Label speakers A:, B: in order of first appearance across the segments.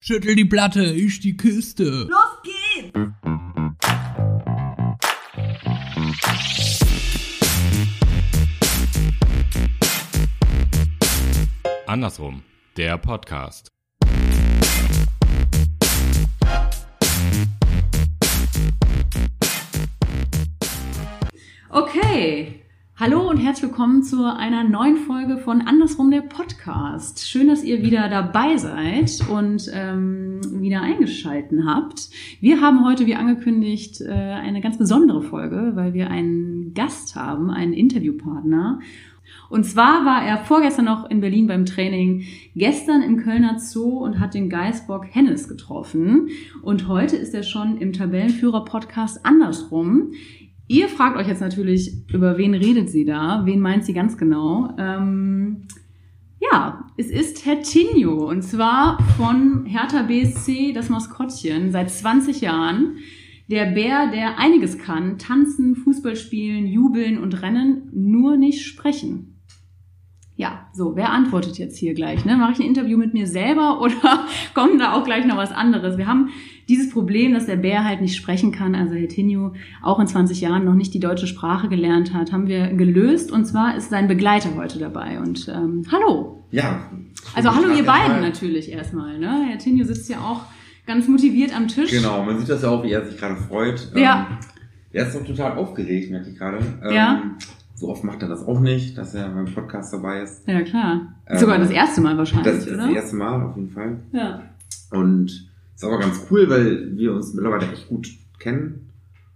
A: Schüttel die Platte, ich die Kiste.
B: Los geht's!
C: Andersrum, der Podcast.
D: Okay. Hallo und herzlich willkommen zu einer neuen Folge von Andersrum der Podcast. Schön, dass ihr wieder dabei seid und ähm, wieder eingeschalten habt. Wir haben heute, wie angekündigt, äh, eine ganz besondere Folge, weil wir einen Gast haben, einen Interviewpartner. Und zwar war er vorgestern noch in Berlin beim Training, gestern im Kölner Zoo und hat den Geisbock Hennes getroffen. Und heute ist er schon im Tabellenführer-Podcast andersrum. Ihr fragt euch jetzt natürlich, über wen redet sie da? Wen meint sie ganz genau? Ähm, ja, es ist Herr Tinho und zwar von Hertha BSC, das Maskottchen, seit 20 Jahren. Der Bär, der einiges kann, tanzen, Fußball spielen, jubeln und rennen, nur nicht sprechen. Ja, so, wer antwortet jetzt hier gleich? Ne? Mache ich ein Interview mit mir selber oder kommt da auch gleich noch was anderes? Wir haben dieses Problem, dass der Bär halt nicht sprechen kann, also Herr Tinio auch in 20 Jahren noch nicht die deutsche Sprache gelernt hat, haben wir gelöst und zwar ist sein Begleiter heute dabei. Und ähm, hallo!
E: Ja.
D: Also
E: Ich
D: hallo
E: sag
D: ihr
E: erstmal-
D: beiden natürlich erstmal. Ne? Herr Tinio sitzt ja auch ganz motiviert am Tisch.
E: Genau, man sieht das ja auch, wie er sich gerade freut. Ähm,
D: Ja.
E: Er ist noch total aufgeregt, merke ich gerade. Ähm,
D: Ja.
E: So oft macht er das auch nicht, dass er beim Podcast dabei ist.
D: Ja, klar.
E: Ähm,
D: Sogar das erste Mal wahrscheinlich,
E: Das ist das
D: oder?
E: erste Mal auf jeden Fall.
D: Ja.
E: Und ist aber ganz cool, weil wir uns mittlerweile echt gut kennen.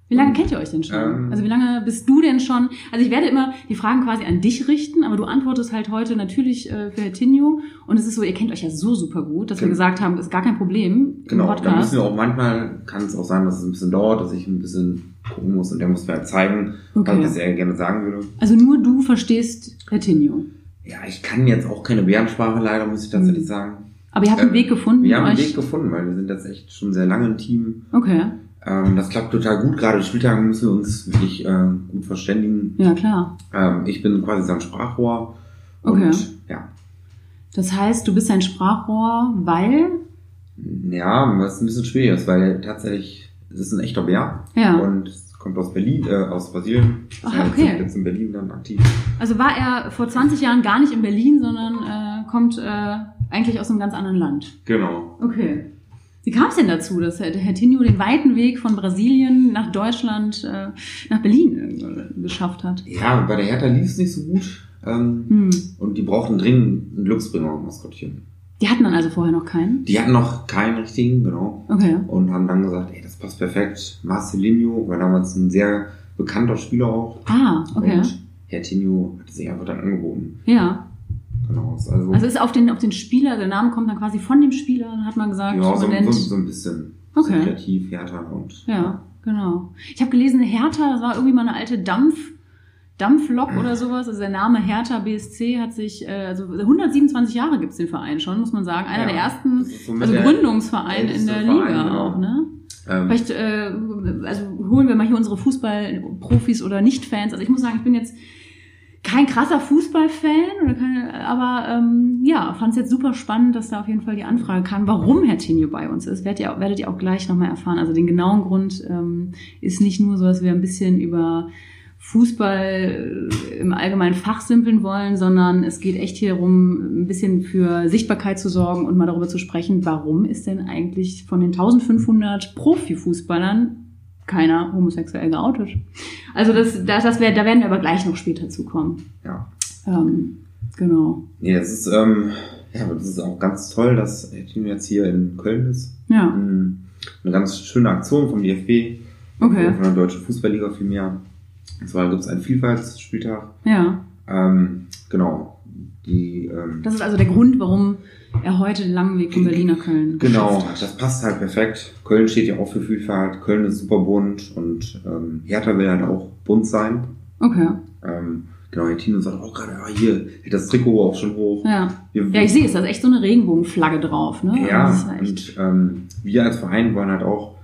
D: Wie lange kennt ihr euch denn schon?
E: Ähm,
D: also wie lange bist du denn schon? Also ich werde immer die Fragen quasi an dich richten, aber du antwortest halt heute natürlich äh, für Herr Tinio. Und es ist so, ihr kennt euch ja so super gut, dass wir
E: Genau.
D: gesagt haben, ist gar kein Problem im
E: Genau, da
D: Podcast.
E: müssen wir auch manchmal, kann es auch sein, dass es ein bisschen dauert, dass ich ein bisschen gucken muss und er muss mir halt zeigen,
D: okay.
E: was ich sehr gerne sagen würde.
D: Also nur du verstehst Herr Tinio.
E: Ja, ich kann jetzt auch keine Bärensprache leider, muss ich
D: Mhm.
E: tatsächlich sagen.
D: Aber ihr habt einen
E: Ähm,
D: Weg gefunden,
E: Wir haben einen
D: euch.
E: Weg gefunden, weil wir sind jetzt echt schon sehr lange ein Team.
D: okay,
E: Ähm, das klappt total gut. Gerade in Spieltagen müssen wir uns wirklich äh, gut verständigen.
D: ja klar.
E: Ähm, ich bin quasi sein Sprachrohr.
D: Okay.
E: Und ja.
D: Das heißt, du bist ein Sprachrohr, weil
E: Ja, was ein bisschen schwierig ist, weil tatsächlich, es ist ein echter Bär
D: ja.
E: und kommt aus Berlin, äh, aus Brasilien. Ist
D: Ah,
E: ja jetzt-
D: okay.
E: Jetzt in Berlin dann aktiv.
D: Also war er vor 20 Jahren gar nicht in Berlin, sondern äh, kommt äh, eigentlich aus einem ganz anderen Land.
E: Genau.
D: Okay. Wie kam es denn dazu, dass Herr, Herr Tinio den weiten Weg von Brasilien nach Deutschland, äh, nach Berlin äh, geschafft hat?
E: Ja, bei der Hertha lief es nicht so gut. Ähm,
D: Hm.
E: und die brauchten dringend ein Glücksbringer um Maskottchen.
D: Die hatten dann also vorher noch keinen?
E: Die hatten noch keinen richtigen, genau.
D: Okay.
E: und haben dann gesagt, ey, das passt perfekt. Marcelinho war damals ein sehr bekannter Spieler auch.
D: Ah, okay.
E: Und Hertinho hat sich einfach dann angeboten.
D: Ja.
E: Genau. Also,
D: Also ist auf den, auf den Spieler, der Name kommt dann quasi von dem Spieler, dann hat man gesagt,
E: ja, so,
D: man
E: so,
D: nennt-
E: so ein bisschen
D: Okay.
E: so kreativ, härter und
D: Ja, genau. Ich habe gelesen, Hertha, das war irgendwie mal eine alte Dampf, Dampflok
E: Mhm.
D: oder sowas. Also der Name Hertha BSC hat sich, äh, also 127 Jahre gibt's den Verein schon, muss man sagen. Einer
E: Ja,
D: der ersten,
E: das ist so mit
D: also
E: der-
D: Gründungsverein in
E: älteste
D: der
E: Verein,
D: Liga
E: genau.
D: auch, ne?
E: Ähm,
D: Vielleicht, äh, also holen wir mal hier unsere Fußballprofis oder Nicht-Fans. Also ich muss sagen, ich bin jetzt kein krasser Fußballfan, oder kein, aber ähm, ja, fand es jetzt super spannend, dass da auf jeden Fall die Anfrage kam, warum Herr Tinio bei uns ist. Werdet ihr, werdet ihr auch gleich nochmal erfahren. Also den genauen Grund ähm, ist nicht nur so, dass wir ein bisschen über Fußball äh, im allgemeinen fachsimpeln wollen, sondern es geht echt hier darum, ein bisschen für Sichtbarkeit zu sorgen und mal darüber zu sprechen, warum ist denn eigentlich von den 1500 Profifußballern keiner homosexuell geoutet? Also das, das, das wär, da werden wir aber gleich noch später zukommen.
E: ja.
D: Ähm, genau.
E: Nee, das ist, ähm, ja, aber das ist auch ganz toll, dass Hertinho jetzt hier in Köln ist.
D: Ja,
E: Mhm. Eine ganz schöne Aktion vom DFB,
D: okay.
E: von der Deutschen Fußballliga vielmehr. Und zwar gibt es einen Vielfaltsspieltag.
D: Ja.
E: Ähm, genau. Die, ähm,
D: Das ist also der Grund, warum er heute den langen Weg von Berlin nach Köln
E: Genau,
D: geschafft hat.
E: das passt halt perfekt. Köln steht ja auch für Vielfalt, Köln ist super bunt und ähm, Hertha will halt auch bunt sein.
D: Okay.
E: Ähm, genau, der Tino sagt auch gerade, ah, hier, hält das Trikot auch schon hoch.
D: Ja.
E: Wir,
D: Ja, ich sehe es. Da ist echt so eine Regenbogenflagge drauf, ne?
E: Ja,
D: Das ist echt-
E: und ähm, wir als Verein wollen halt auch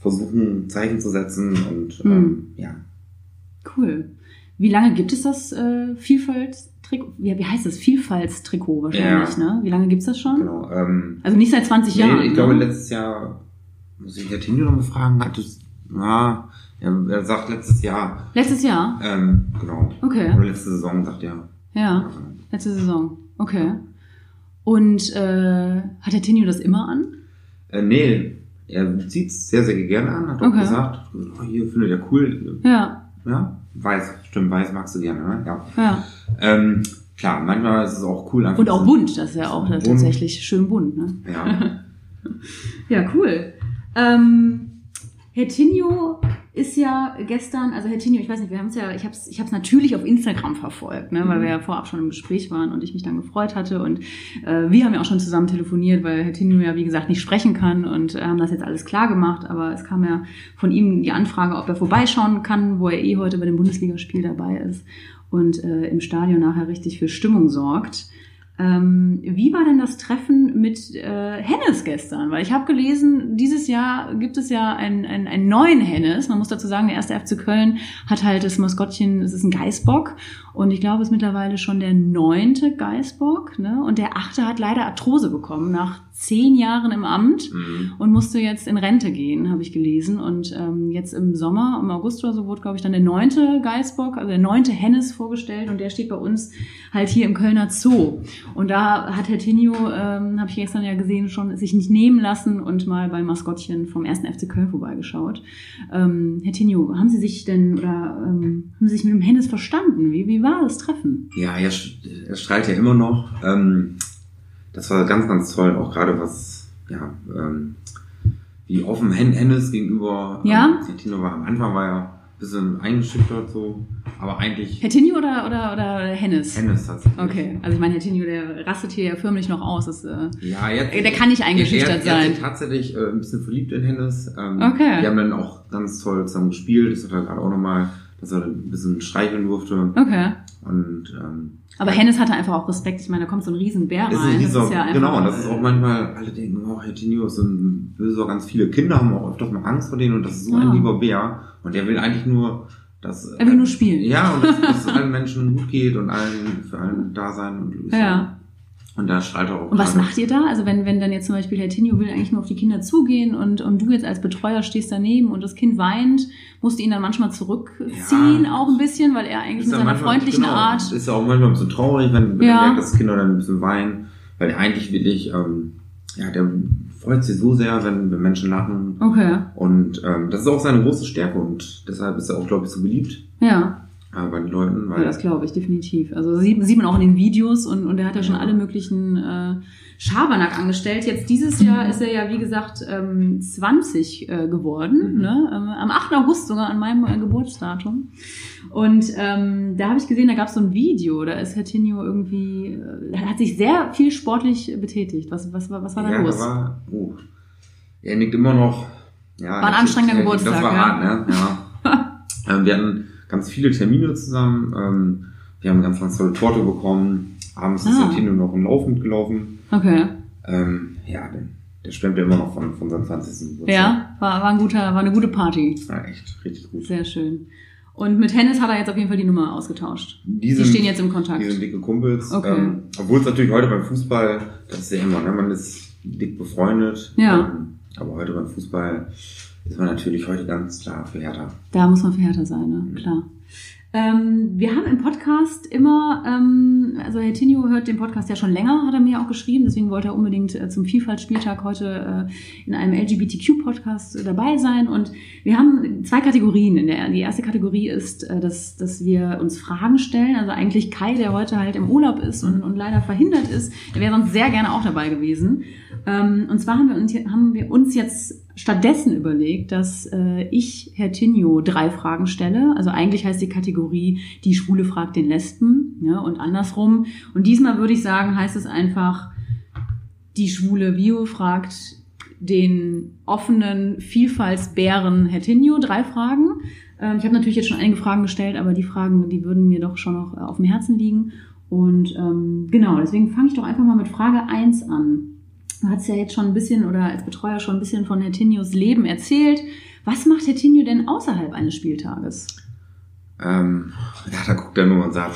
E: versuchen, Zeichen zu setzen und
D: Mhm.
E: ähm, ja.
D: Cool. Wie lange gibt es das äh, Vielfaltstrikot? Ja, wie heißt das? Vielfaltstrikot wahrscheinlich, ne? Wie lange gibt's das schon?
E: Genau. Ähm,
D: Also nicht seit 20 Jahren.
E: nee, ich glaube,
D: ne?
E: letztes Jahr, muss ich der Tinio nochmal fragen, hat es, na, er, er sagt letztes Jahr,
D: letztes Jahr.
E: ähm, genau.
D: Okay.
E: Oder letzte Saison, sagt er.
D: Ja, letzte Saison. Okay. Und äh, hat der Tinio das immer an?
E: Äh, nee, er sieht es sehr, sehr gerne an, hat auch
D: Okay.
E: gesagt, oh, hier findet er cool.
D: Ja,
E: Ja, weiß, stimmt, weiß magst du gerne, ne? Ja.
D: ja.
E: Ähm, klar, manchmal ist es auch cool. einfach
D: Und auch
E: so-
D: bunt, das ist ja auch
E: Bunt.
D: tatsächlich schön bunt, ne?
E: Ja.
D: Ja, cool. Ähm, Herr Tinio ist ja gestern, also Herr Tinio, ich weiß nicht, wir haben es ja, ich habe es ich hab's natürlich auf Instagram verfolgt, ne, weil
E: Mhm.
D: wir ja vorab schon im Gespräch waren und ich mich dann gefreut hatte. Und äh, wir haben ja auch schon zusammen telefoniert, weil Herr Tinio ja, wie gesagt, nicht sprechen kann und äh, haben das jetzt alles klar gemacht. Aber es kam ja von ihm die Anfrage, ob er vorbeischauen kann, wo er eh heute bei dem Bundesligaspiel dabei ist und äh, im Stadion nachher richtig für Stimmung sorgt. Ähm, wie war denn das Treffen mit äh, Hennes gestern? Weil ich habe gelesen, dieses Jahr gibt es ja einen, einen, einen neuen Hennes. Man muss dazu sagen, der erste FC Köln hat halt das Maskottchen, es ist ein Geißbock. Und ich glaube, es ist mittlerweile schon der neunte Geißbock. Ne? Und der achte hat leider Arthrose bekommen nach zehn Jahren im Amt
E: mhm.
D: und musste jetzt in Rente gehen, habe ich gelesen. Und ähm, jetzt im Sommer, im August oder so, wurde, glaube ich, dann der neunte Geißbock, also der neunte Hennes vorgestellt und der steht bei uns halt hier im Kölner Zoo. Und da hat Herr Tinio, ähm, habe ich gestern ja gesehen, schon sich nicht nehmen lassen und mal beim Maskottchen vom 1. FC Köln vorbeigeschaut. Ähm, Herr Tinio, haben Sie sich denn oder ähm, haben Sie sich mit dem Hennes verstanden? Wie, wie war das Treffen?
E: Ja, er, sch- er strahlt ja immer noch. Ähm, das war ganz, ganz toll, auch gerade was, ja, ähm, wie offen Hen Hennes gegenüber
D: Ja.
E: ähm, Santino war. Am Anfang war er ein bisschen eingeschüchtert so, aber eigentlich
D: Herr Tinio oder, oder, oder Hennes?
E: Hennes tatsächlich.
D: Okay, also ich meine, Herr Tinio, der rastet hier ja förmlich noch aus. Das, äh,
E: Ja, jetzt,
D: Der kann nicht
E: er,
D: eingeschüchtert
E: er, er hat
D: sein.
E: sich tatsächlich äh, ein bisschen verliebt in Hennes. Ähm,
D: Okay.
E: Die haben dann auch ganz toll zusammen gespielt. Das hat er gerade auch nochmal, dass er ein bisschen streicheln durfte.
D: Okay.
E: Und ähm,
D: Aber Hennes hatte einfach auch Respekt. Ich meine, da kommt so ein Riesenbär
E: ist
D: rein.
E: ein
D: das
E: Rieser,
D: ist ja einfach,
E: genau, und das ist auch manchmal, alle denken, oh, Herr Tinio ist so ein böser, ganz viele Kinder haben auch öfters mal Angst vor denen und das ist so ein
D: Ah.
E: lieber Bär. Und der will eigentlich nur, dass äh,
D: Er will nur spielen.
E: Ja, und dass, dass es allen Menschen gut geht und allen für allen da sein und glücklich
D: Ja.
E: sein. Und da strahlt er auch.
D: Und was
E: gerade-
D: macht ihr da? Also wenn, wenn dann jetzt zum Beispiel Herr Tinio will eigentlich nur auf die Kinder zugehen und, und du jetzt als Betreuer stehst daneben und das Kind weint, musst du ihn dann manchmal zurückziehen
E: Ja.
D: auch ein bisschen, weil er eigentlich mit
E: Ist ja
D: seiner
E: manchmal-
D: freundlichen
E: genau,
D: Art...
E: Ist ja auch manchmal ein bisschen traurig, wenn, wenn
D: Ja.
E: man merkt, dass Kinder dann ein bisschen weinen. Weil der eigentlich wirklich, ähm, ja, der freut sich so sehr, wenn, wenn Menschen lachen.
D: Okay,
E: Und ähm, das ist auch seine große Stärke und deshalb ist er auch, glaube ich, so beliebt
D: ja,
E: äh, bei den Leuten.
D: ja
E: Weil
D: das glaube ich definitiv. Also sieht, sieht man auch in den Videos und, und er hat ja schon
E: Ja.
D: alle möglichen äh, Schabernack angestellt. Jetzt dieses Jahr ist er ja, wie gesagt, ähm, 20 äh, geworden,
E: Mhm.
D: ne? ähm, am 8. August sogar an meinem äh, Geburtsdatum. Und ähm, da habe ich gesehen, da gab es so ein Video, da ist Herr Tinio irgendwie, äh, hat sich sehr viel sportlich äh, betätigt. Was, was, war- was war da
E: ja,
D: los?
E: da war, oh, er nickt immer noch. Ja,
D: War ein anstrengender Geburtstag,
E: Das war
D: ja.
E: hart, ne? Ja. ähm, wir hatten ganz viele Termine zusammen. Ähm, wir haben eine ganz, ganz tolle Torte bekommen. Abends ist
D: Ah.
E: der Tino noch im Lauf mitgelaufen.
D: Okay,
E: Ähm, ja, der, der schwärmt ja immer noch von, von seinem 20. Geburtstag.
D: ja, war, war, ein guter, war eine gute Party.
E: Ja. echt, richtig gut.
D: Sehr schön. Und mit Hennis hat er jetzt auf jeden Fall die Nummer ausgetauscht.
E: Die,
D: Die
E: sind,
D: stehen jetzt im Kontakt.
E: die sind dicke Kumpels.
D: Okay.
E: Ähm, Obwohl es natürlich heute beim Fußball, das ist ja immer, ne? man ist dick befreundet.
D: Ja.
E: Ähm, aber heute beim Fußball ist man natürlich heute ganz klar für Hertha.
D: Da muss man für härter sein, ne? klar. Ähm, wir haben im Podcast immer, ähm, also Herr Tinio hört den Podcast ja schon länger, hat er mir auch geschrieben, deswegen wollte er unbedingt äh, zum Vielfaltspieltag heute äh, in einem LGBTQ-Podcast äh, dabei sein. Und wir haben zwei Kategorien. In der, die erste Kategorie ist, äh, dass, dass wir uns Fragen stellen. Also eigentlich Kai, der heute halt im Urlaub ist und, und leider verhindert ist, der wäre sonst sehr gerne auch dabei gewesen. Ähm, und zwar haben wir, uns, haben wir uns jetzt stattdessen überlegt, dass äh, ich Herr Tinio drei Fragen stelle. Also eigentlich heißt die Kategorie, die Schwule fragt den Lesben ne, und andersrum. Und diesmal würde ich sagen, heißt es einfach, die schwule Bio fragt den offenen Vielfaltsbären Herr Tinio drei Fragen. Ähm, ich habe natürlich jetzt schon einige Fragen gestellt, aber die Fragen, die würden mir doch schon noch äh, auf dem Herzen liegen. Und ähm, genau, deswegen fange ich doch einfach mal mit Frage 1 an. Du hast ja jetzt schon ein bisschen oder als Betreuer schon ein bisschen von Herr Tinios Leben erzählt. Was macht Herr Tinio denn außerhalb eines Spieltages?
E: Ähm, ja, da guckt er nur und sagt,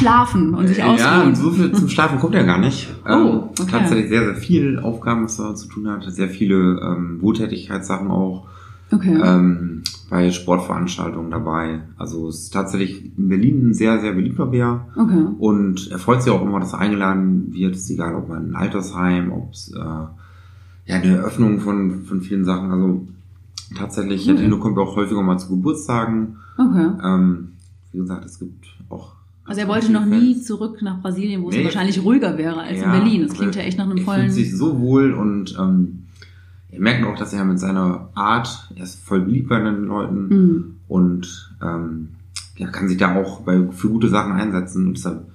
D: Schlafen und sich
E: äh, ja,
D: ausruhen.
E: und so viel zum Schlafen guckt er gar nicht. Ähm,
D: Oh, okay.
E: Tatsächlich sehr, sehr viel Aufgaben, was er zu tun hat, sehr viele ähm, Wohltätigkeitssachen auch.
D: okay.
E: ähm, bei Sportveranstaltungen dabei. Also es ist tatsächlich in Berlin ein sehr, sehr beliebter Bär.
D: okay.
E: Und er freut sich auch immer, dass er eingeladen wird. Ist egal, ob man ein Altersheim, ob es äh, ja, eine Öffnung von, von vielen Sachen. Also tatsächlich,
D: Cool.
E: der Tino kommt auch häufiger mal zu Geburtstagen.
D: Okay.
E: Ähm, wie gesagt, es gibt auch.
D: Also er wollte noch nie zurück nach Brasilien, wo es
E: Nee.
D: wahrscheinlich ruhiger wäre als in
E: Ja,
D: Berlin. Das
E: aber
D: klingt ja echt nach einem
E: Er fühlt sich
D: vollen.
E: so wohl und ähm, er merkt auch, dass er mit seiner Art, er ist voll beliebt bei den Leuten.
D: Mhm.
E: und ähm, ja, kann sich da auch bei, für gute Sachen einsetzen. Und deshalb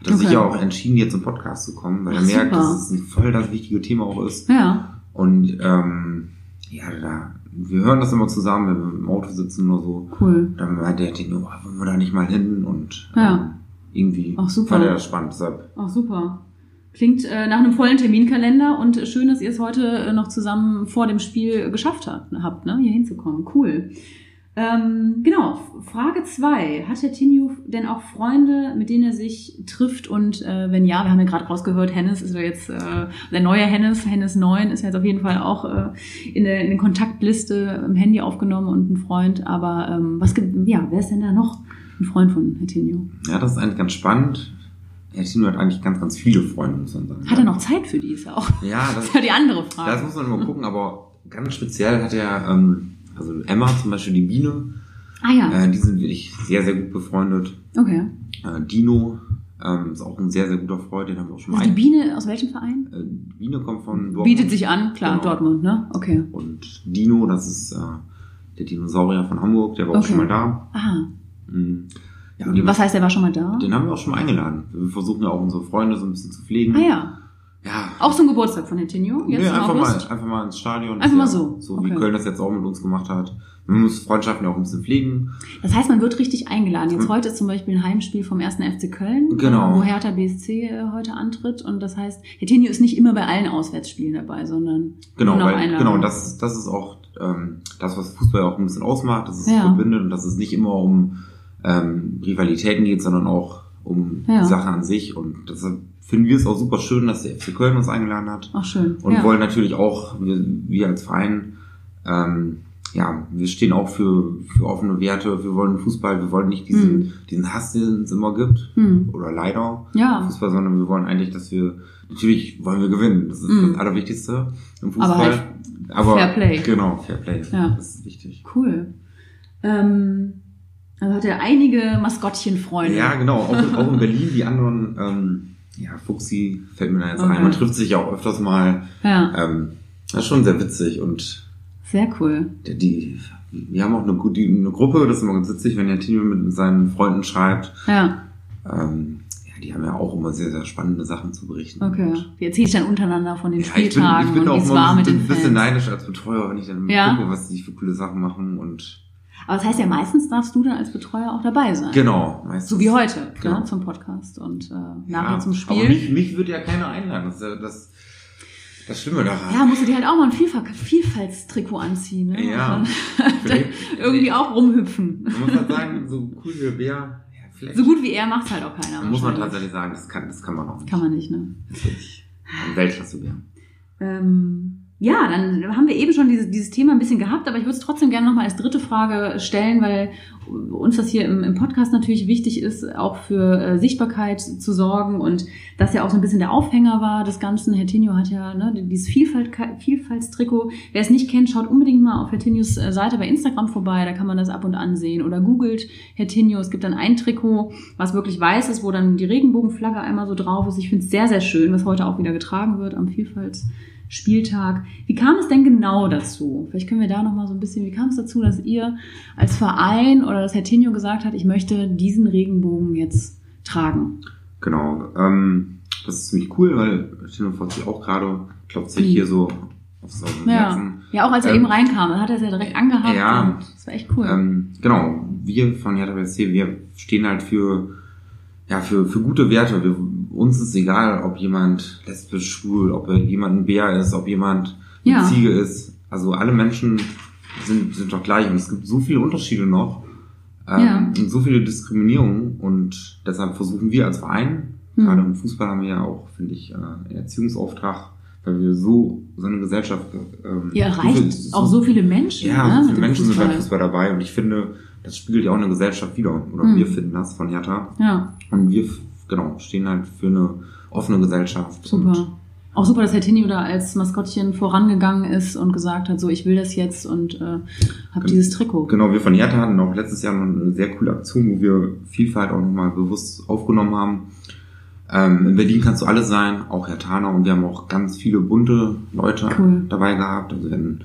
E: hat er sich
D: Okay.
E: ja auch entschieden, hier zum Podcast zu kommen, weil er
D: Ach,
E: merkt,
D: super.
E: dass es ein voll das wichtige Thema auch ist.
D: Ja.
E: Und ähm, ja, da, wir hören das immer zusammen, wenn wir im Auto sitzen oder so.
D: Cool.
E: Dann meinte er, den, oh, wollen wir da nicht mal hin? Und
D: Ja.
E: ähm, irgendwie
D: Ach, super.
E: fand er das spannend. Deshalb,
D: Ach, super. Klingt äh, nach einem vollen Terminkalender und schön, dass ihr es heute äh, noch zusammen vor dem Spiel geschafft habt, habt ne? hier hinzukommen. Cool. Ähm, genau, Frage zwei Hat der Tinju denn auch Freunde, mit denen er sich trifft? Und äh, wenn ja, wir haben ja gerade rausgehört, Hennes ist ja jetzt, äh, der neue Hennes, Hennes 9, ist jetzt auf jeden Fall auch äh, in, der, in der Kontaktliste im Handy aufgenommen und ein Freund. Aber ähm, was gibt, ja, wer ist denn da noch ein Freund von Herr Tinju?
E: ja, das ist eigentlich ganz spannend. Herr Tino hat eigentlich ganz, ganz viele Freunde, muss man sagen.
D: Hat er noch Zeit für die? Ist ja auch
E: Ja,
D: das
E: das,
D: ist ja die andere Frage.
E: Das muss man immer gucken, aber ganz speziell hat er, ähm, also Emma zum Beispiel, die Biene,
D: Ah ja,
E: äh, die sind wirklich sehr, sehr gut befreundet.
D: okay. Also
E: Äh, Dino ähm, ist auch ein sehr, sehr guter Freund, den haben wir auch schon mal
D: Also die Biene aus welchem Verein?
E: Äh, Biene kommt von Dortmund.
D: Bietet sich an, klar,
E: Genau.
D: Dortmund, ne? Okay.
E: Und Dino, das ist äh, der Dinosaurier von Hamburg, der war auch
D: Okay.
E: schon mal da.
D: Ah,
E: Mhm. Ja, und
D: was heißt, er war schon mal da?
E: den haben wir auch schon mal eingeladen. Wir versuchen ja auch unsere Freunde so ein bisschen zu pflegen.
D: Ah ja,
E: ja.
D: auch zum Geburtstag von Hetinio, jetzt
E: Nö,
D: im
E: einfach mal,
D: August.
E: einfach mal ins Stadion.
D: Einfach mal
E: Ist ja
D: so.
E: So
D: Okay.
E: wie Köln das jetzt auch mit uns gemacht hat. Man muss Freundschaften auch ein bisschen pflegen.
D: Das heißt, man wird richtig eingeladen. Jetzt
E: Mhm.
D: heute ist zum Beispiel ein Heimspiel vom 1. FC Köln, äh,
E: Genau.
D: wo Hertha BSC äh, heute antritt. Und das heißt, Hetinio ist nicht immer bei allen Auswärtsspielen dabei, sondern
E: Genau,
D: Nur noch
E: weil,
D: Einladung.
E: genau, und das, das ist auch ähm, das, was Fußball auch ein bisschen ausmacht, dass es
D: Ja.
E: verbindet und dass es nicht immer um ähm, Rivalitäten geht, sondern auch um
D: Ja.
E: die Sache an sich. Und deshalb finden wir es auch super schön, dass der FC Köln uns eingeladen hat.
D: auch schön.
E: Und
D: ja.
E: wollen natürlich auch, wir, wir als Verein, ähm, ja, wir stehen auch für, für offene Werte, wir wollen Fußball, wir wollen nicht diesen,
D: Hm.
E: diesen Hass, den es immer gibt,
D: Hm.
E: oder leider,
D: Ja,
E: Fußball, sondern wir wollen eigentlich, dass wir, natürlich wollen wir gewinnen. Das ist
D: Mhm.
E: das Allerwichtigste im Fußball.
D: Aber halt Fair Play.
E: Genau, Fair Play.
D: Ja.
E: Das ist wichtig.
D: cool. Ähm, also hat er einige Maskottchenfreunde.
E: Ja, genau. Auch, auch in Berlin, die anderen, ähm, ja, Fuxi fällt mir da jetzt
D: Okay.
E: ein. Man trifft sich ja auch öfters mal.
D: ja,
E: Ähm, das ist schon sehr witzig und
D: sehr cool.
E: der, die, wir haben auch eine, gute- eine Gruppe, das ist immer ganz witzig, wenn der Tino mit seinen Freunden schreibt.
D: Ja,
E: Ähm, ja, die haben ja auch immer sehr, sehr spannende Sachen zu berichten.
D: okay.
E: Und,
D: Die erzähle ich dann untereinander von den
E: Ja, ich bin,
D: Spieltagen
E: ich bin
D: und wie
E: auch
D: es war
E: mal ein
D: mit den
E: bisschen, bisschen
D: Fans.
E: neidisch als Betreuer, wenn ich dann
D: Ja.
E: gucke, was die für coole Sachen machen und
D: Aber das heißt ja, meistens darfst du dann als Betreuer auch dabei sein.
E: genau, meistens.
D: So wie heute,
E: Genau.
D: ne, zum Podcast und äh,
E: Ja,
D: nachher zum
E: Aber mich,
D: Spiel.
E: mich würde ja keiner einladen, das ist ja das, das Schlimme daran.
D: Ja, musst du dir halt auch mal ein Vielfalt Vielfaltstrikot anziehen. Ne?
E: Ja.
D: Und dann
E: Vielleicht-
D: irgendwie auch rumhüpfen.
E: Man muss halt sagen, so cool wie Bär, ja, vielleicht.
D: So gut wie er macht's halt auch keiner.
E: muss man
D: wahrscheinlich.
E: tatsächlich sagen, das kann, das kann man auch nicht.
D: Kann man nicht, ne?
E: Das ist wirklich ein Weltklasse-Bär.
D: Ähm, ja, dann haben wir eben schon dieses, dieses Thema ein bisschen gehabt, aber ich würde es trotzdem gerne nochmal als dritte Frage stellen, weil uns das hier im, im Podcast natürlich wichtig ist, auch für äh, Sichtbarkeit zu sorgen und das ja auch so ein bisschen der Aufhänger war des Ganzen. Herr Tinio hat ja ne, dieses Vielfalt, Vielfaltstrikot. Wer es nicht kennt, schaut unbedingt mal auf Herr Tinios äh, Seite bei Instagram vorbei, da kann man das ab und an sehen oder googelt Herr Tinio. Es gibt dann ein Trikot, was wirklich weiß ist, wo dann die Regenbogenflagge einmal so drauf ist. Ich finde es sehr, sehr schön, was heute auch wieder getragen wird am Vielfalt. Spieltag. Wie kam es denn genau dazu? Vielleicht können wir da nochmal so ein bisschen, wie kam es dazu, dass ihr als Verein oder dass Herr Tinio gesagt hat, ich möchte diesen Regenbogen jetzt tragen?
E: Genau. Ähm, das ist ziemlich cool, weil Tino freut sich auch gerade, klopft sich
D: Mhm.
E: hier so aufs auf den
D: Ja.
E: Herzen.
D: Ja, auch als er
E: Ähm, äh,
D: eben reinkam, da hat er es ja direkt angehabt.
E: ja.
D: und Das war echt cool.
E: Ähm, genau, wir von Hertha BSC, wir stehen halt für, ja, für, für gute Werte. Wir, uns ist egal, ob jemand lesbisch, schwul, ob jemand ein Bär ist, ob jemand eine
D: Ja.
E: Ziege ist. Also alle Menschen sind, sind doch gleich und es gibt so viele Unterschiede noch. Ähm,
D: Ja.
E: Und so viele Diskriminierungen und deshalb versuchen wir als Verein,
D: Hm.
E: gerade im Fußball haben wir ja auch, finde ich, äh, einen Erziehungsauftrag, weil wir so, so eine Gesellschaft. Ähm,
D: Ihr erreicht
E: viel-
D: auch so viele Menschen.
E: ja,
D: ne,
E: so
D: mit
E: viele
D: dem
E: Menschen sind
D: Fußball.
E: beim Fußball dabei und ich finde, das spiegelt ja auch eine Gesellschaft wider. Oder
D: Hm.
E: wir finden das von Jatta.
D: Ja,
E: Und wir, f- genau, stehen halt für eine offene Gesellschaft. Und,
D: super. Auch super, dass Herr Tini da als Maskottchen vorangegangen ist und gesagt hat, so ich will das jetzt und äh, habe dieses Trikot.
E: genau, wir von Jatta hatten auch letztes Jahr noch eine sehr coole Aktion, wo wir Vielfalt auch nochmal bewusst aufgenommen haben. Ähm, in Berlin kannst du alles sein, auch Jattaner. Und wir haben auch ganz viele bunte Leute
D: Cool.
E: dabei gehabt. Also wir hatten,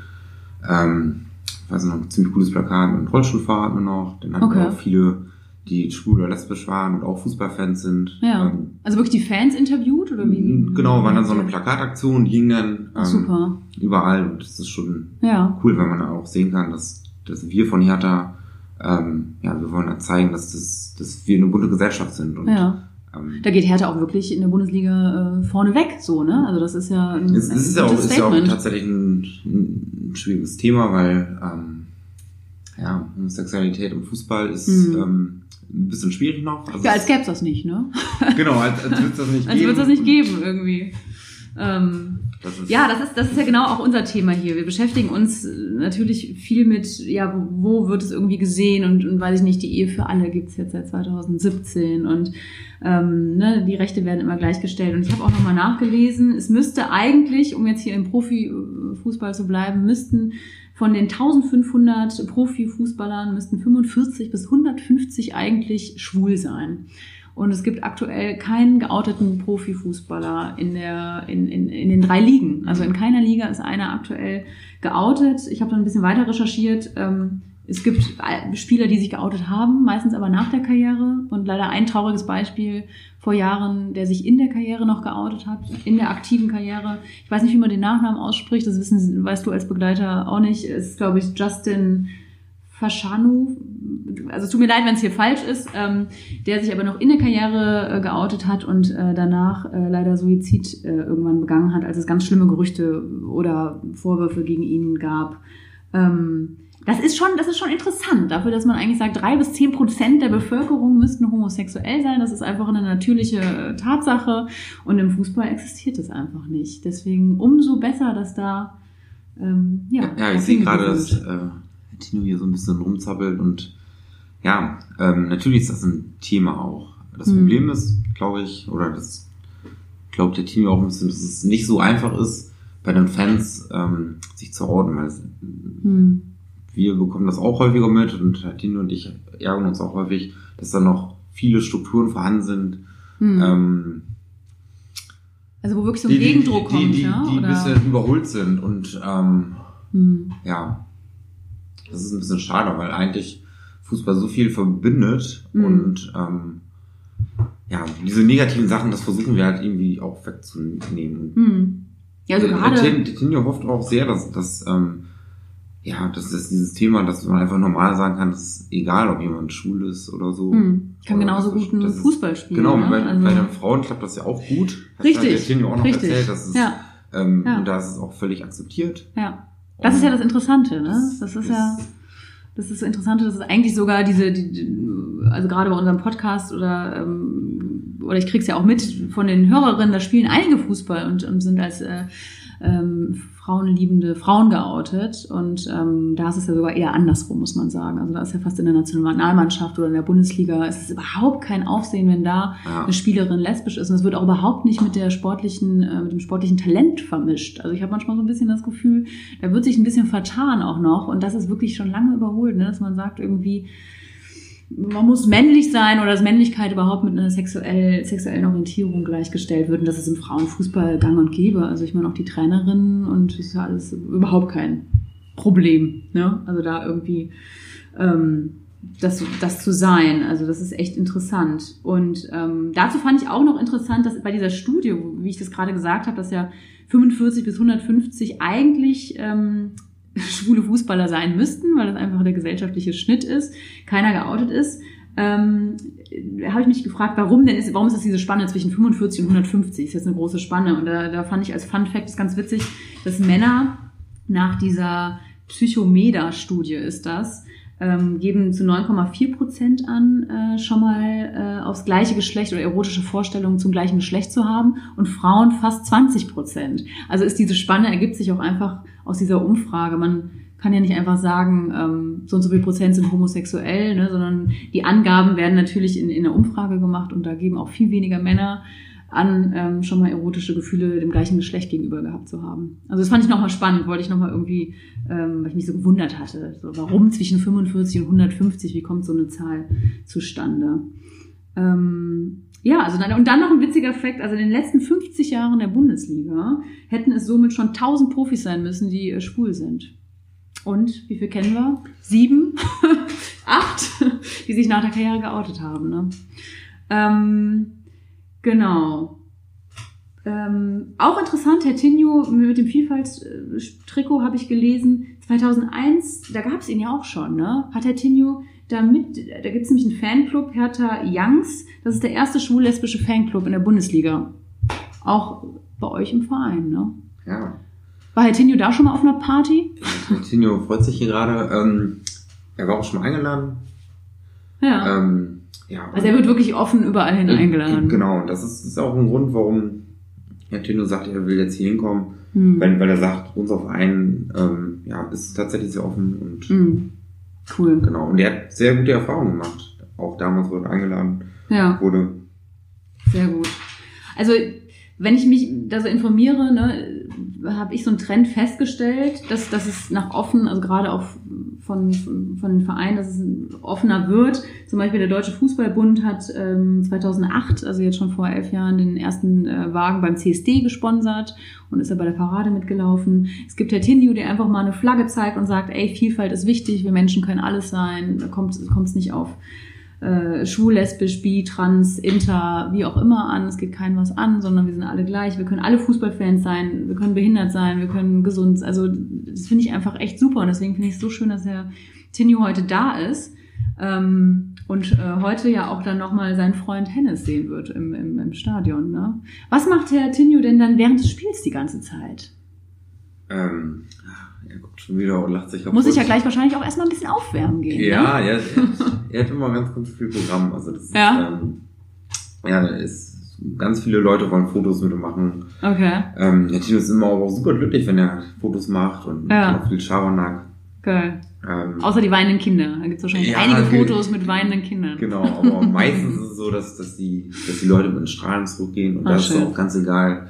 E: ähm, ich weiß noch, ein ziemlich cooles Plakat mit Rollstuhlfahrer hatten wir noch. Dann hatten
D: Okay.
E: wir auch viele, die schwul oder lesbisch waren und auch Fußballfans sind.
D: Ja.
E: Ähm,
D: Also wirklich die Fans interviewt oder wie?
E: Genau, war dann so eine Plakataktion, die ging dann
D: Ach,
E: ähm,
D: Super,
E: überall und das ist schon
D: ja.
E: cool, wenn man dann auch sehen kann, dass, dass wir von Hertha, ähm, ja, wir wollen dann zeigen, dass, das, dass wir eine bunte Gesellschaft sind und
D: Ja,
E: ähm,
D: da geht Hertha auch wirklich in der Bundesliga äh, vorne weg, so, ne? Also das ist ja ein,
E: es, es ist, ja
D: ein
E: auch,
D: gutes
E: ist ja auch
D: Statement.
E: tatsächlich ein, ein schwieriges Thema, weil ähm, ja, Homosexualität im Fußball ist
D: Hm.
E: ähm, ein bisschen schwierig noch. Also
D: ja, als
E: es-
D: gäbe es das nicht, ne?
E: Genau, als, als würde es das nicht
D: Als
E: geben.
D: würde es das nicht geben irgendwie. Ähm,
E: Das ist,
D: Ja, das ist, das ist ja genau auch unser Thema hier. Wir beschäftigen uns äh, natürlich viel mit, ja, wo, wo wird es irgendwie gesehen und, und weiß ich nicht, die Ehe für alle gibt's jetzt seit 2017 und ähm, ne, die Rechte werden immer gleichgestellt. Und ich habe auch nochmal nachgelesen, es müsste eigentlich, um jetzt hier im Profifußball zu bleiben, müssten von den 1500 Profifußballern müssten 45 bis 150 eigentlich schwul sein. Und es gibt aktuell keinen geouteten Profifußballer in, der, in, in, in den drei Ligen. Also in keiner Liga ist einer aktuell geoutet. Ich habe dann ein bisschen weiter recherchiert. Ähm, Es gibt äh, Spieler, die sich geoutet haben, meistens aber nach der Karriere. Und leider ein trauriges Beispiel vor Jahren, der sich in der Karriere noch geoutet hat, in der aktiven Karriere. Ich weiß nicht, wie man den Nachnamen ausspricht. Das wissen, weißt du als Begleiter auch nicht. Es ist, glaube ich, Justin Faschanu. Also es tut mir leid, wenn es hier falsch ist. Ähm, der sich aber noch in der Karriere äh, geoutet hat und äh, danach äh, leider Suizid äh, irgendwann begangen hat, als es ganz schlimme Gerüchte oder Vorwürfe gegen ihn gab. Ähm, das ist schon, das ist schon interessant, dafür, dass man eigentlich sagt, drei bis zehn Prozent der Bevölkerung müssten homosexuell sein. Das ist einfach eine natürliche äh, Tatsache und im Fußball existiert das einfach nicht. Deswegen umso besser, dass da ähm, ja.
E: Ja, ich
D: darauf
E: sehe gerade,
D: hingewiesen
E: dass
D: wird.
E: äh, Tino hier so ein bisschen rumzappelt und ja, ähm, natürlich ist das ein Thema auch. Das
D: Hm.
E: Problem ist, glaube ich, oder das glaubt der Tino auch ein bisschen, dass es nicht so einfach ist, bei den Fans ähm, sich zu outen, weil es,
D: Hm.
E: wir bekommen das auch häufiger mit und Tino und ich ärgern uns auch häufig, dass da noch viele Strukturen vorhanden sind.
D: Hm.
E: Ähm,
D: also wo wirklich so ein Gegendruck
E: die, die,
D: kommt,
E: die,
D: ja?
E: die ein
D: oder?
E: bisschen überholt sind und ähm,
D: Hm.
E: ja, das ist ein bisschen schade, weil eigentlich Fußball so viel verbindet
D: Mhm.
E: und ähm, ja, diese negativen Sachen, das versuchen wir halt irgendwie auch wegzunehmen.
D: Hm. Ja, also
E: Der- der
D: gerade.
E: Äh, Tin- der Tinio hofft auch sehr, dass, dass ähm, ja, dass das dieses Thema, dass man einfach normal sagen kann, dass es egal, ob jemand schwul ist oder so.
D: Hm. Kann
E: Oder
D: genauso
E: das ist-
D: gut einen
E: das ist-
D: Fußball spielen.
E: Genau,
D: ne?
E: bei,
D: also,
E: bei den Frauen klappt das ja auch gut. Hat
D: richtig.
E: Der Tinio auch noch
D: richtig.
E: erzählt, dass es,
D: ja,
E: ähm,
D: Ja.
E: und da ist es auch völlig akzeptiert.
D: ja. Das ist ja das Interessante, ne? Das, ist ja
E: ist-
D: das ist das Interessante, dass es eigentlich sogar diese, die, die- also gerade bei unserem Podcast oder ähm, oder ich krieg's ja auch mit von den Hörerinnen, da spielen einige Fußball und, und sind als äh, ähm, frauenliebende Frauen geoutet und ähm, da ist es ja sogar eher andersrum, muss man sagen. Also da ist ja fast in der Nationalmannschaft oder in der Bundesliga ist es überhaupt kein Aufsehen, wenn da
E: ja.
D: eine Spielerin lesbisch ist. Und es wird auch überhaupt nicht mit der sportlichen, äh, mit dem sportlichen Talent vermischt. Also ich habe manchmal so ein bisschen das Gefühl, da wird sich ein bisschen vertan auch noch. Und das ist wirklich schon lange überholt, ne? dass man sagt irgendwie, man muss männlich sein oder dass Männlichkeit überhaupt mit einer sexuell, sexuellen Orientierung gleichgestellt wird. Und das ist im Frauenfußball gang und gäbe. Also ich meine auch die Trainerinnen und das ist ja alles überhaupt kein Problem. Ne? Also da irgendwie ähm, das, das zu sein. Also das ist echt interessant. Und ähm, dazu fand ich auch noch interessant, dass bei dieser Studie, wo- wie ich das gerade gesagt habe, dass ja 45 bis 150 eigentlich ähm, schwule Fußballer sein müssten, weil das einfach der gesellschaftliche Schnitt ist, keiner geoutet ist. Ähm, da habe ich mich gefragt, warum denn ist, warum ist das diese Spanne zwischen 45 und 150? Ist jetzt eine große Spanne. Und da, da fand ich als Fun Fact das ganz witzig, dass Männer nach dieser Psychomeda-Studie ist das, ähm, ähm, geben zu 9,4 Prozent an, äh, schon mal äh, aufs gleiche Geschlecht oder erotische Vorstellungen zum gleichen Geschlecht zu haben und Frauen fast 20 Prozent. Also ist diese Spanne ergibt sich auch einfach aus dieser Umfrage. Man kann ja nicht einfach sagen, ähm, so und so viel Prozent sind homosexuell, ne, sondern die Angaben werden natürlich in, in der Umfrage gemacht und da geben auch viel weniger Männer an, ähm, schon mal erotische Gefühle dem gleichen Geschlecht gegenüber gehabt zu haben. Also das fand ich nochmal spannend, wollte ich nochmal irgendwie, ähm, weil ich mich so gewundert hatte, so, warum zwischen 45 und 150, wie kommt so eine Zahl zustande? Ähm, ja, also dann, und dann noch ein witziger Fakt, also in den letzten 50 Jahren der Bundesliga hätten es somit schon 1000 Profis sein müssen, die äh, schwul sind. Und wie viel kennen wir? Sieben? Acht? Die sich nach der Karriere geoutet haben. Ne? Ähm, Genau. Ähm, auch interessant, Herr Tinio mit dem Vielfalt-Trikot habe ich gelesen, 2001, da gab es ihn ja auch schon, ne? Hat Herr Tinio damit, da gibt es nämlich einen Fanclub, Hertha Youngs, das ist der erste schwul-lesbische Fanclub in der Bundesliga. Auch bei euch im Verein, ne?
E: Ja.
D: War Herr Tinio da schon mal auf einer Party?
E: Martino freut sich hier gerade. Ähm, er war auch schon mal eingeladen.
D: Ja.
E: Ähm, ja
D: also er wird wirklich offen überall hin eingeladen.
E: Genau, und das ist, ist auch ein Grund, warum Martino sagt, er will jetzt hier hinkommen,
D: Hm.
E: weil, weil er sagt, unser Verein ähm, ja, ist tatsächlich sehr offen und
D: Hm. Cool.
E: genau. Und er hat sehr gute Erfahrungen gemacht. Auch damals, wo er eingeladen
D: Ja.
E: wurde.
D: Sehr gut. Also, wenn ich mich da so informiere, ne, habe ich so einen Trend festgestellt, dass, dass es nach offen, also gerade auch von, von den Vereinen, dass es offener wird. Zum Beispiel der Deutsche Fußballbund hat ähm, 2008, also jetzt schon vor elf Jahren, den ersten äh, Wagen beim CSD gesponsert und ist ja bei der Parade mitgelaufen. Es gibt Herr Tinju, der einfach mal eine Flagge zeigt und sagt, ey, Vielfalt ist wichtig, wir Menschen können alles sein, kommt es nicht auf äh, schwul, lesbisch, bi, trans, inter, wie auch immer an. Es geht keinem was an, sondern wir sind alle gleich. Wir können alle Fußballfans sein, wir können behindert sein, wir können gesund. sein. Also das finde ich einfach echt super und deswegen finde ich es so schön, dass Herr Tinio heute da ist. Ähm, und äh, heute ja auch dann nochmal seinen Freund Hennes sehen wird im, im, im Stadion. Ne? Was macht Herr Tinio denn dann während des Spiels die ganze Zeit?
E: Ähm, er guckt schon wieder und lacht sich kaputt.
D: Muss ich ja gleich wahrscheinlich auch erstmal ein bisschen aufwärmen gehen.
E: Ja,
D: Ne?
E: ja, er hat immer ganz, ganz viel Programm. Also das
D: Ja.
E: ist, ähm, ja, da ist, ganz viele Leute wollen Fotos mit ihm machen.
D: Okay,
E: Ähm, der Tino ist immer auch super glücklich, wenn er Fotos macht und
D: Ja.
E: auch viel Schabernack.
D: geil.
E: Ähm,
D: Außer die weinenden Kinder. Da gibt es wahrscheinlich
E: Ja,
D: einige
E: okay.
D: Fotos mit weinenden Kindern.
E: genau, aber meistens ist es so, dass, dass, die, dass die Leute mit den Strahlen zurückgehen und
D: Ah,
E: da ist es
D: schön.
E: auch ganz egal,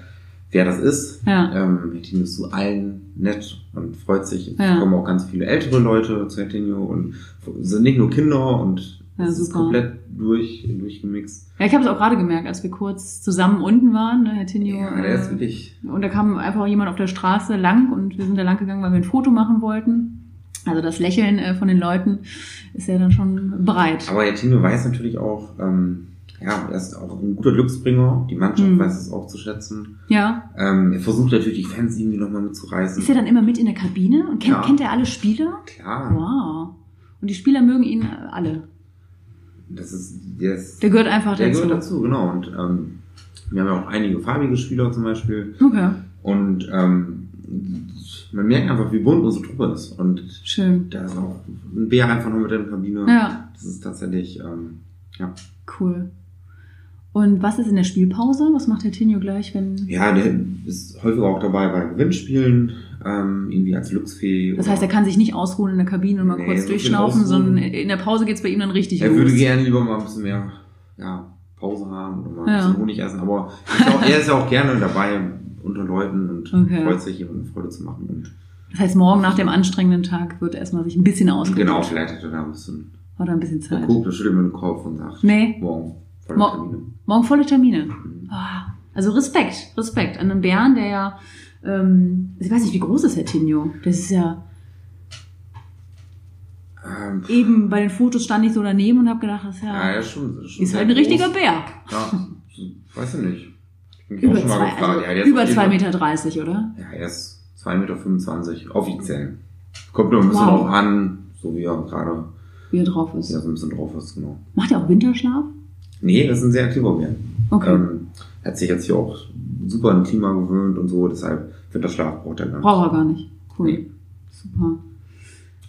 E: wer das ist.
D: Ja,
E: Ähm, Hertinho ist zu allen nett und freut sich. Es
D: Ja.
E: kommen auch ganz viele ältere Leute zu Hertinho und sind nicht nur Kinder und
D: Ja,
E: es ist
D: super.
E: komplett durch, durchgemixt.
D: ja ich habe es auch gerade gemerkt, als wir kurz zusammen unten waren, ne, Herr Tinio.
E: Ja, der ist
D: äh,
E: wirklich.
D: und da kam einfach jemand auf der Straße lang und wir sind da lang gegangen, weil wir ein Foto machen wollten. Also das Lächeln äh, von den Leuten ist ja dann schon breit.
E: Aber Hertinho weiß natürlich auch, ähm, ja, er ist auch ein guter Glücksbringer. Die Mannschaft
D: Mhm.
E: weiß es auch zu schätzen.
D: Ja.
E: Ähm, er versucht natürlich die Fans irgendwie nochmal mitzureißen.
D: Ist er dann immer mit in der Kabine und kennt,
E: Ja.
D: kennt er alle Spieler?
E: Klar,
D: Wow. Und die Spieler mögen ihn äh, alle.
E: das ist, der, ist,
D: Der gehört einfach
E: der
D: dazu.
E: gehört dazu, genau. Und ähm, wir haben ja auch einige farbige Spieler zum Beispiel.
D: Okay,
E: Und ähm, man merkt einfach, wie bunt unsere Truppe ist. Und
D: schön.
E: da ist auch ein Bär einfach nur mit in der Kabine.
D: Ja,
E: Das ist tatsächlich, ähm,
D: cool. Und was ist in der Spielpause? Was macht Herr Tinio gleich, wenn
E: ja, der ist häufiger auch dabei bei Gewinnspielen, ähm, irgendwie als Glücksfee.
D: Das heißt, er kann sich nicht ausruhen in der Kabine und mal
E: Nee,
D: kurz
E: so viel
D: durchschnaufen,
E: ausruhen.
D: sondern in der Pause geht's bei ihm dann richtig
E: er
D: los.
E: würde gerne lieber mal ein bisschen mehr ja, Pause haben oder mal ein
D: Ja.
E: bisschen Honig essen. Aber er ist auch, er ist ja auch gerne dabei unter Leuten und
D: Okay.
E: freut sich, jemandem Freude zu machen. Und
D: Das heißt, morgen nach dem anstrengenden Tag wird er erstmal sich ein bisschen ausruhen.
E: genau, vielleicht hat er da ein bisschen
D: Hat er ein bisschen Zeit.
E: guckt, er schüttelt mit dem Kopf und sagt,
D: Nee,
E: morgen, volle
D: Mo-
E: Termine.
D: morgen volle Termine.
E: Mhm.
D: Ah, Also Respekt, Respekt an einen Bären, der ja, ähm, ich weiß nicht, wie groß ist Herr Tinio? Das ist ja,
E: Ähm,
D: eben bei den Fotos stand ich so daneben und habe gedacht, das ist
E: Ja,
D: ja,
E: ja schon, schon
D: ist
E: sehr
D: halt ein
E: groß.
D: richtiger Bär.
E: Ja, so, weiß ich nicht. Ich bin
D: Über
E: auch schon mal
D: zwei,
E: gefragt.
D: also
E: ja, der ist
D: über
E: auf jeden
D: 2,30
E: Fall-
D: Meter, dreißig, oder?
E: Ja, er ist 2,25 Meter offiziell. Kommt noch ein bisschen
D: Wow.
E: drauf an, so wie er gerade
D: Wie er drauf
E: wie
D: ist.
E: er so ein bisschen drauf ist, genau.
D: Macht er auch Winterschlaf?
E: Nee, das ist ein sehr aktiver Bär.
D: Okay.
E: Ähm, er hat sich jetzt hier auch super an Klima gewöhnt und so, deshalb Winterschlaf braucht er gar nicht.
D: Braucht er gar nicht. Cool.
E: Nee.
D: Super.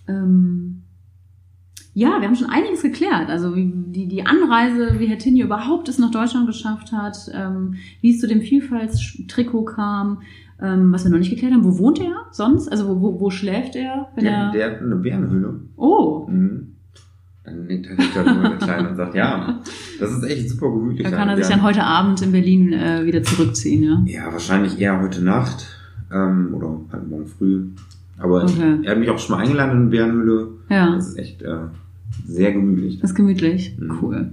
D: Ähm, Ja, wir haben schon einiges geklärt. Also wie- die, die Anreise, wie Herr Tinje überhaupt es nach Deutschland geschafft hat, ähm, wie es zu dem Vielfaltstrikot kam, ähm, was wir noch nicht geklärt haben. Wo wohnt er sonst? Also wo, wo, wo schläft er? Wenn
E: Der,
D: er
E: der hat eine Bärenhöhle.
D: oh,
E: Mhm. Dann nickt er sich da nur mit klein und sagt, ja, das ist echt super gemütlich.
D: da kann er sich
E: Ja.
D: dann heute Abend in Berlin äh, wieder zurückziehen, ja?
E: Ja, wahrscheinlich eher heute Nacht ähm, oder halt morgen früh. Aber
D: Okay.
E: er hat mich auch schon mal eingeladen in die Bärenhöhle.
D: Ja,
E: Das ist echt äh, sehr gemütlich.
D: das ist gemütlich.
E: Mhm.
D: Cool.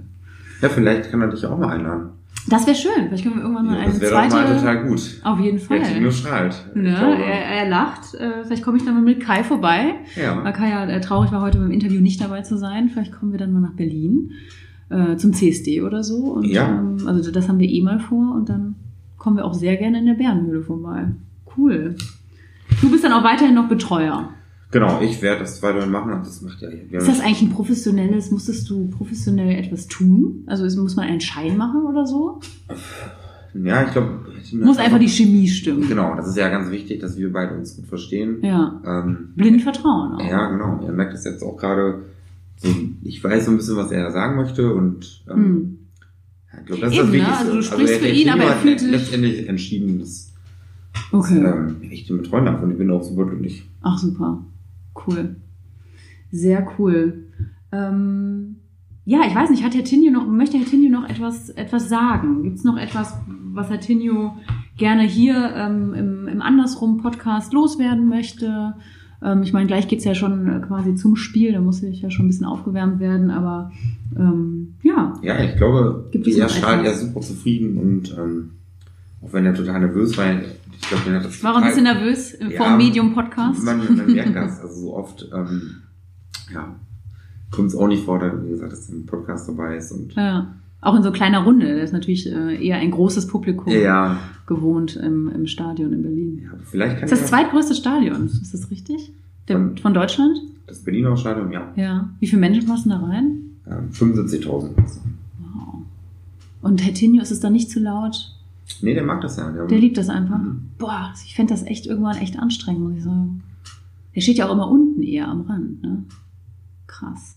E: Ja, vielleicht kann er dich auch mal einladen.
D: Das wäre schön. Vielleicht können wir irgendwann mal
E: Ja,
D: eine
E: das wäre doch
D: zweite...
E: mal total gut.
D: Auf jeden
E: Der Tino
D: Fall.
E: strahlt. Ich
D: Ne,
E: glaube,
D: er, er lacht. Äh, vielleicht komme ich dann mal mit Kai vorbei. Weil
E: ja.
D: Kai ja äh, traurig war, heute beim Interview nicht dabei zu sein. Vielleicht kommen wir dann mal nach Berlin äh, zum CSD oder so. Und,
E: Ja.
D: Ähm, also das haben wir eh mal vor und dann kommen wir auch sehr gerne in der Bärenhöhle vorbei. Cool. Du bist dann auch weiterhin noch Betreuer.
E: Genau, ich werde das weiterhin machen und das macht ja. Wir
D: Ist das eigentlich ein professionelles, musstest du professionell etwas tun? Also es- muss man einen Schein machen oder so?
E: ja, ich glaube.
D: Muss einfach die Chemie stimmen.
E: Genau, das ist ja ganz wichtig, dass wir beide uns gut verstehen.
D: Ja.
E: Ähm,
D: Blind Vertrauen auch.
E: Ja, genau. Er merkt das jetzt auch gerade. So, ich weiß so ein bisschen, was er sagen möchte und ähm,
D: Hm.
E: ja, ich glaube, das ist
D: Eben,
E: das
D: ne?
E: Wichtigste.
D: Also du sprichst
E: er-
D: für
E: der
D: ihn,
E: Tino
D: aber er
E: hat
D: fühlt sich-
E: letztendlich entschieden, dass
D: Okay.
E: dass, ähm, ich den betreuen darf und ich bin auch super glücklich.
D: Ach super, cool. Sehr cool. Ähm, ja, ich weiß nicht, hat Herr Tinio noch, möchte Herr Tinio noch etwas, etwas sagen? Gibt es noch etwas, was Herr Tinio gerne hier ähm, im, im Andersrum-Podcast loswerden möchte? Ähm, ich meine, gleich geht's ja schon äh, quasi zum Spiel, da muss ich ja schon ein bisschen aufgewärmt werden, aber ähm, ja.
E: Ja, ich glaube,
D: Gibt es
E: er
D: noch
E: strahlt,
D: etwas?
E: er ist super zufrieden und ähm, auch wenn er total nervös war, ich glaube, er hat das
D: Ich war auch ein bisschen nervös äh, vor dem
E: Ja,
D: Medium-Podcast.
E: Man, man merkt das. Also so oft, ähm, ja, kommt es auch nicht vor, dass, wie gesagt, dass ein Podcast dabei ist und
D: Ja. Auch in so kleiner Runde, das ist natürlich äh, eher ein großes Publikum.
E: ja,
D: gewohnt im, im Stadion in Berlin.
E: ja, vielleicht kann
D: Das ist das
E: er
D: zweitgrößte Stadion, ist das richtig? Der,
E: Von-
D: von Deutschland?
E: das Berliner Stadion, ja,
D: Ja. Wie viele Menschen passen da rein?
E: ähm, 75.000.
D: Wow. Und Herr Tinio, ist es da nicht zu laut?
E: Nee, der mag das ja. Der,
D: Der liebt das einfach.
E: Mhm.
D: Boah, ich fände das echt irgendwann echt anstrengend, muss ich sagen. Der steht ja auch immer unten eher am Rand, ne? Krass.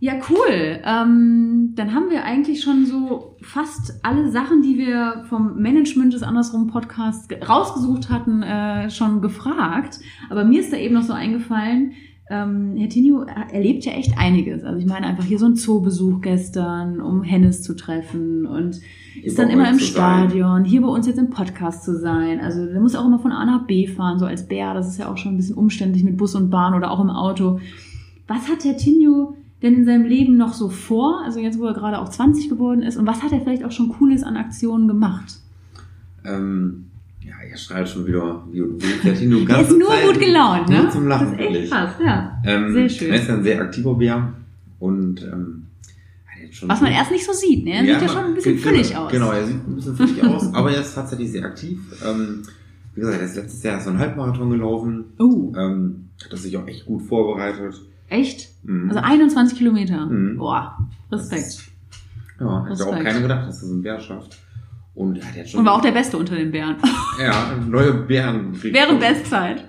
D: Ja, cool. Ähm, dann haben wir eigentlich schon so fast alle Sachen, die wir vom Management des Andersrum Podcasts ge- rausgesucht hatten, äh, schon gefragt. Aber mir ist da eben noch so eingefallen, ähm, Herr Tinio erlebt ja echt einiges. Also ich meine einfach hier so ein Zoobesuch gestern, um Hennes zu treffen und ist dann
E: bei
D: immer im
E: uns zu sein.
D: Stadion, hier bei uns jetzt im Podcast zu sein. Also der muss auch immer von A nach B fahren, so als Bär. Das ist ja auch schon ein bisschen umständlich mit Bus und Bahn oder auch im Auto. Was hat Herr Tinio denn in seinem Leben noch so vor? Also jetzt, wo er gerade auch 20 geworden ist. Und was hat er vielleicht auch schon Cooles an Aktionen gemacht?
E: ähm, ja, er schreit schon wieder, wie du willst. Der hat ihn nur
D: Er
E: ganze
D: ist nur
E: Zeit
D: gut gelaunt, ne?
E: Nur zum Lachen,
D: das ist echt
E: wirklich.
D: krass, ja.
E: Ähm,
D: Sehr schön.
E: Er ist ein sehr aktiver Bär und ähm, hat jetzt schon
D: Was man erst nicht so sieht, ne? Er sieht ja schon ein bisschen
E: genau,
D: füllig aus.
E: Genau, er sieht ein bisschen füllig aus, aber er ist tatsächlich sehr aktiv. Ähm, wie gesagt, er ist letztes Jahr so einen Halbmarathon gelaufen,
D: Oh,
E: ähm, hat er sich auch echt gut vorbereitet.
D: echt?
E: Mhm.
D: Also 21 Kilometer.
E: Mhm.
D: Boah, Respekt.
E: ja, hätte auch
D: Respekt.
E: keiner gedacht, dass er so einen Bär schafft. Und er hat jetzt schon
D: Und war auch der Beste unter den Bären.
E: ja, neue Bären
D: Während Bestzeit.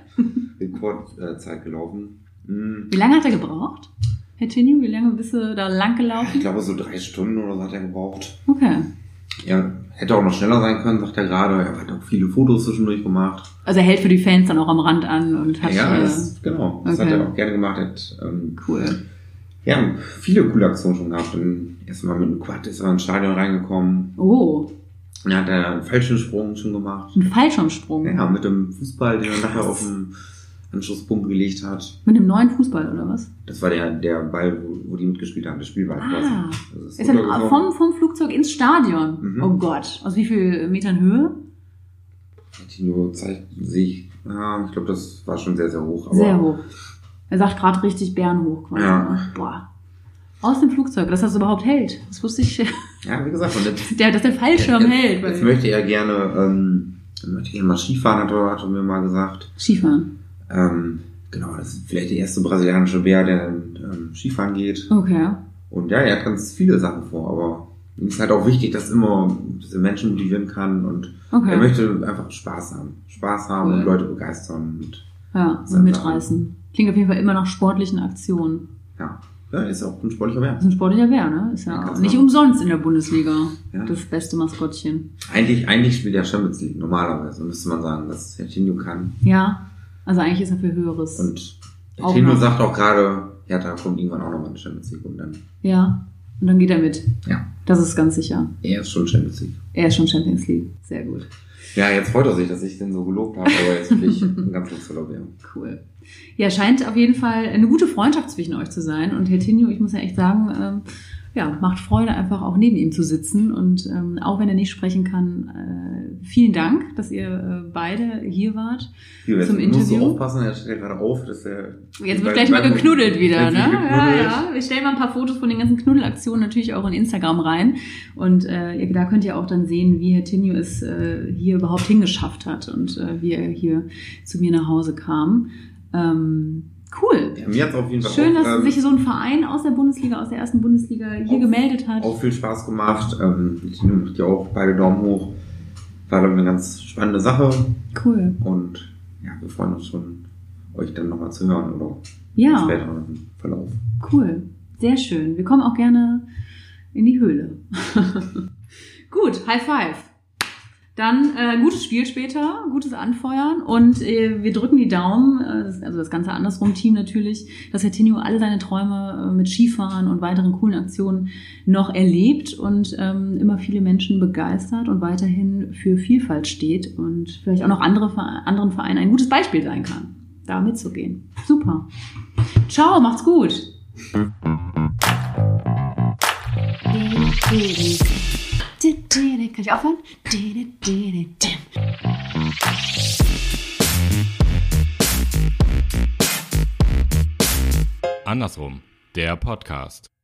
E: Rekordzeit gelaufen. Mhm.
D: Wie lange hat er gebraucht? Herr Tinio, wie lange bist du da lang
E: Ich
D: gelaufen?
E: glaube, so drei Stunden oder so hat er gebraucht.
D: Okay.
E: Er hätte auch noch schneller sein können, sagt er gerade. Er hat auch viele Fotos zwischendurch gemacht.
D: Also er hält für die Fans dann auch am Rand an und hat
E: ja,
D: äh,
E: das, genau. Das
D: okay.
E: hat er auch gerne gemacht. Er Hat, ähm,
D: cool.
E: ja, viele coole Aktionen schon gehabt. Und Erstmal mit einem Quad ist er ins Stadion reingekommen.
D: Oh,
E: Dann hat er einen Fallschirmsprung schon gemacht.
D: ein Fallschirmsprung.
E: Ja, mit dem Fußball, den er nachher
D: Krass.
E: auf den Anschlusspunkt gelegt hat.
D: Mit einem neuen Fußball oder was?
E: Das war der, der Ball, wo, wo die mitgespielt haben, der Spielball
D: Ah.
E: quasi. Also Das
D: Ist dann
E: runtergekommen.
D: vom, vom Flugzeug ins Stadion.
E: Mhm.
D: Oh Gott. Aus wie viel Metern Höhe?
E: Tino zeigt sich, ja, ich glaube, das war schon sehr, sehr hoch. Aber
D: Sehr hoch. Er sagt gerade richtig Bären hoch quasi.
E: Ja.
D: ne? Boah. Aus dem Flugzeug, dass das überhaupt hält. Das wusste ich,
E: Ja, wie gesagt, und jetzt,
D: der, dass der Fallschirm
E: jetzt,
D: hält.
E: Jetzt
D: Weil
E: möchte er gerne, ähm, er möchte gerne mal Skifahren, hat er, hat er mir mal gesagt.
D: Skifahren.
E: Ähm, genau, das ist vielleicht der erste brasilianische Bär, der ähm, Skifahren geht.
D: Okay.
E: Und ja, er hat ganz viele Sachen vor, aber ihm ist halt auch wichtig, dass immer dass er Menschen motivieren kann und er
D: Okay.
E: möchte einfach Spaß haben. Spaß haben
D: Cool.
E: und Leute begeistern. Und,
D: Ja, und mitreißen. Klingt auf jeden Fall immer nach sportlichen Aktionen.
E: ja, Ja, ist auch ein sportlicher Wert.
D: Das ist ein sportlicher Bär, ne? Ist ja,
E: Ja,
D: auch
E: klar.
D: nicht umsonst in der Bundesliga.
E: Ja.
D: Das beste Maskottchen.
E: Eigentlich, eigentlich spielt er Champions League, normalerweise, müsste man sagen, dass Hertinho kann.
D: Ja, also eigentlich ist er für Höheres.
E: Und
D: Auch
E: Hertinho
D: noch.
E: sagt auch gerade, ja, da kommt irgendwann auch nochmal eine Champions League und dann,
D: ja, und dann geht er mit.
E: ja,
D: Das ist ganz sicher.
E: er ist schon Champions League.
D: Er ist schon Champions League. Sehr gut.
E: Ja, jetzt freut er sich, dass ich den so gelobt habe, aber jetzt bin ich ein ganz Urlaub, ja.
D: Cool. Ja, scheint auf jeden Fall eine gute Freundschaft zwischen euch zu sein. Und Hertinho, ich muss ja echt sagen, ähm, ja, macht Freude, einfach auch neben ihm zu sitzen. Und ähm, auch wenn er nicht sprechen kann, äh, vielen Dank, dass ihr äh, beide hier wart.
E: Hier, jetzt
D: Zum
E: musst
D: Interview?
E: du aufpassen, er steht ja gerade auf, dass er.
D: Jetzt wird gleich mal
E: Weil- weil-
D: geknuddelt wieder,
E: Jetzt
D: ne?
E: wird
D: Ja,
E: geknuddelt.
D: ja. Wir stellen mal ein paar Fotos von den ganzen Knuddelaktionen natürlich auch in Instagram rein. Und äh, ihr- da könnt ihr auch dann sehen, wie Herr Tinio es äh, hier überhaupt hingeschafft hat und äh, wie er hier zu mir nach Hause kam. Ähm, cool.
E: Ja, mir hat's auf jeden Fall
D: Schön,
E: auch,
D: dass
E: ähm,
D: sich so ein Verein aus der Bundesliga, aus der ersten Bundesliga hier
E: Auf-
D: gemeldet hat.
E: auch viel Spaß gemacht. Ähm, ich nehme dir auch beide Daumen hoch. War dann eine ganz spannende Sache
D: Cool.
E: und ja, wir freuen uns schon, euch dann nochmal zu hören oder
D: Ja.
E: später im Verlauf.
D: Cool, sehr schön. Wir kommen auch gerne in die Höhle. Gut, High Five. Dann äh, gutes Spiel später, gutes Anfeuern und äh, wir drücken die Daumen, äh, das- also das ganze Andersrum-Team natürlich, dass Herr Tinio alle seine Träume äh, mit Skifahren und weiteren coolen Aktionen noch erlebt und ähm, immer viele Menschen begeistert und weiterhin für Vielfalt steht und vielleicht auch noch andere, Vere- anderen Vereinen ein gutes Beispiel sein kann, da mitzugehen. Super. Ciao, macht's gut. Kann ich aufhören?
C: Andersrum, der Podcast.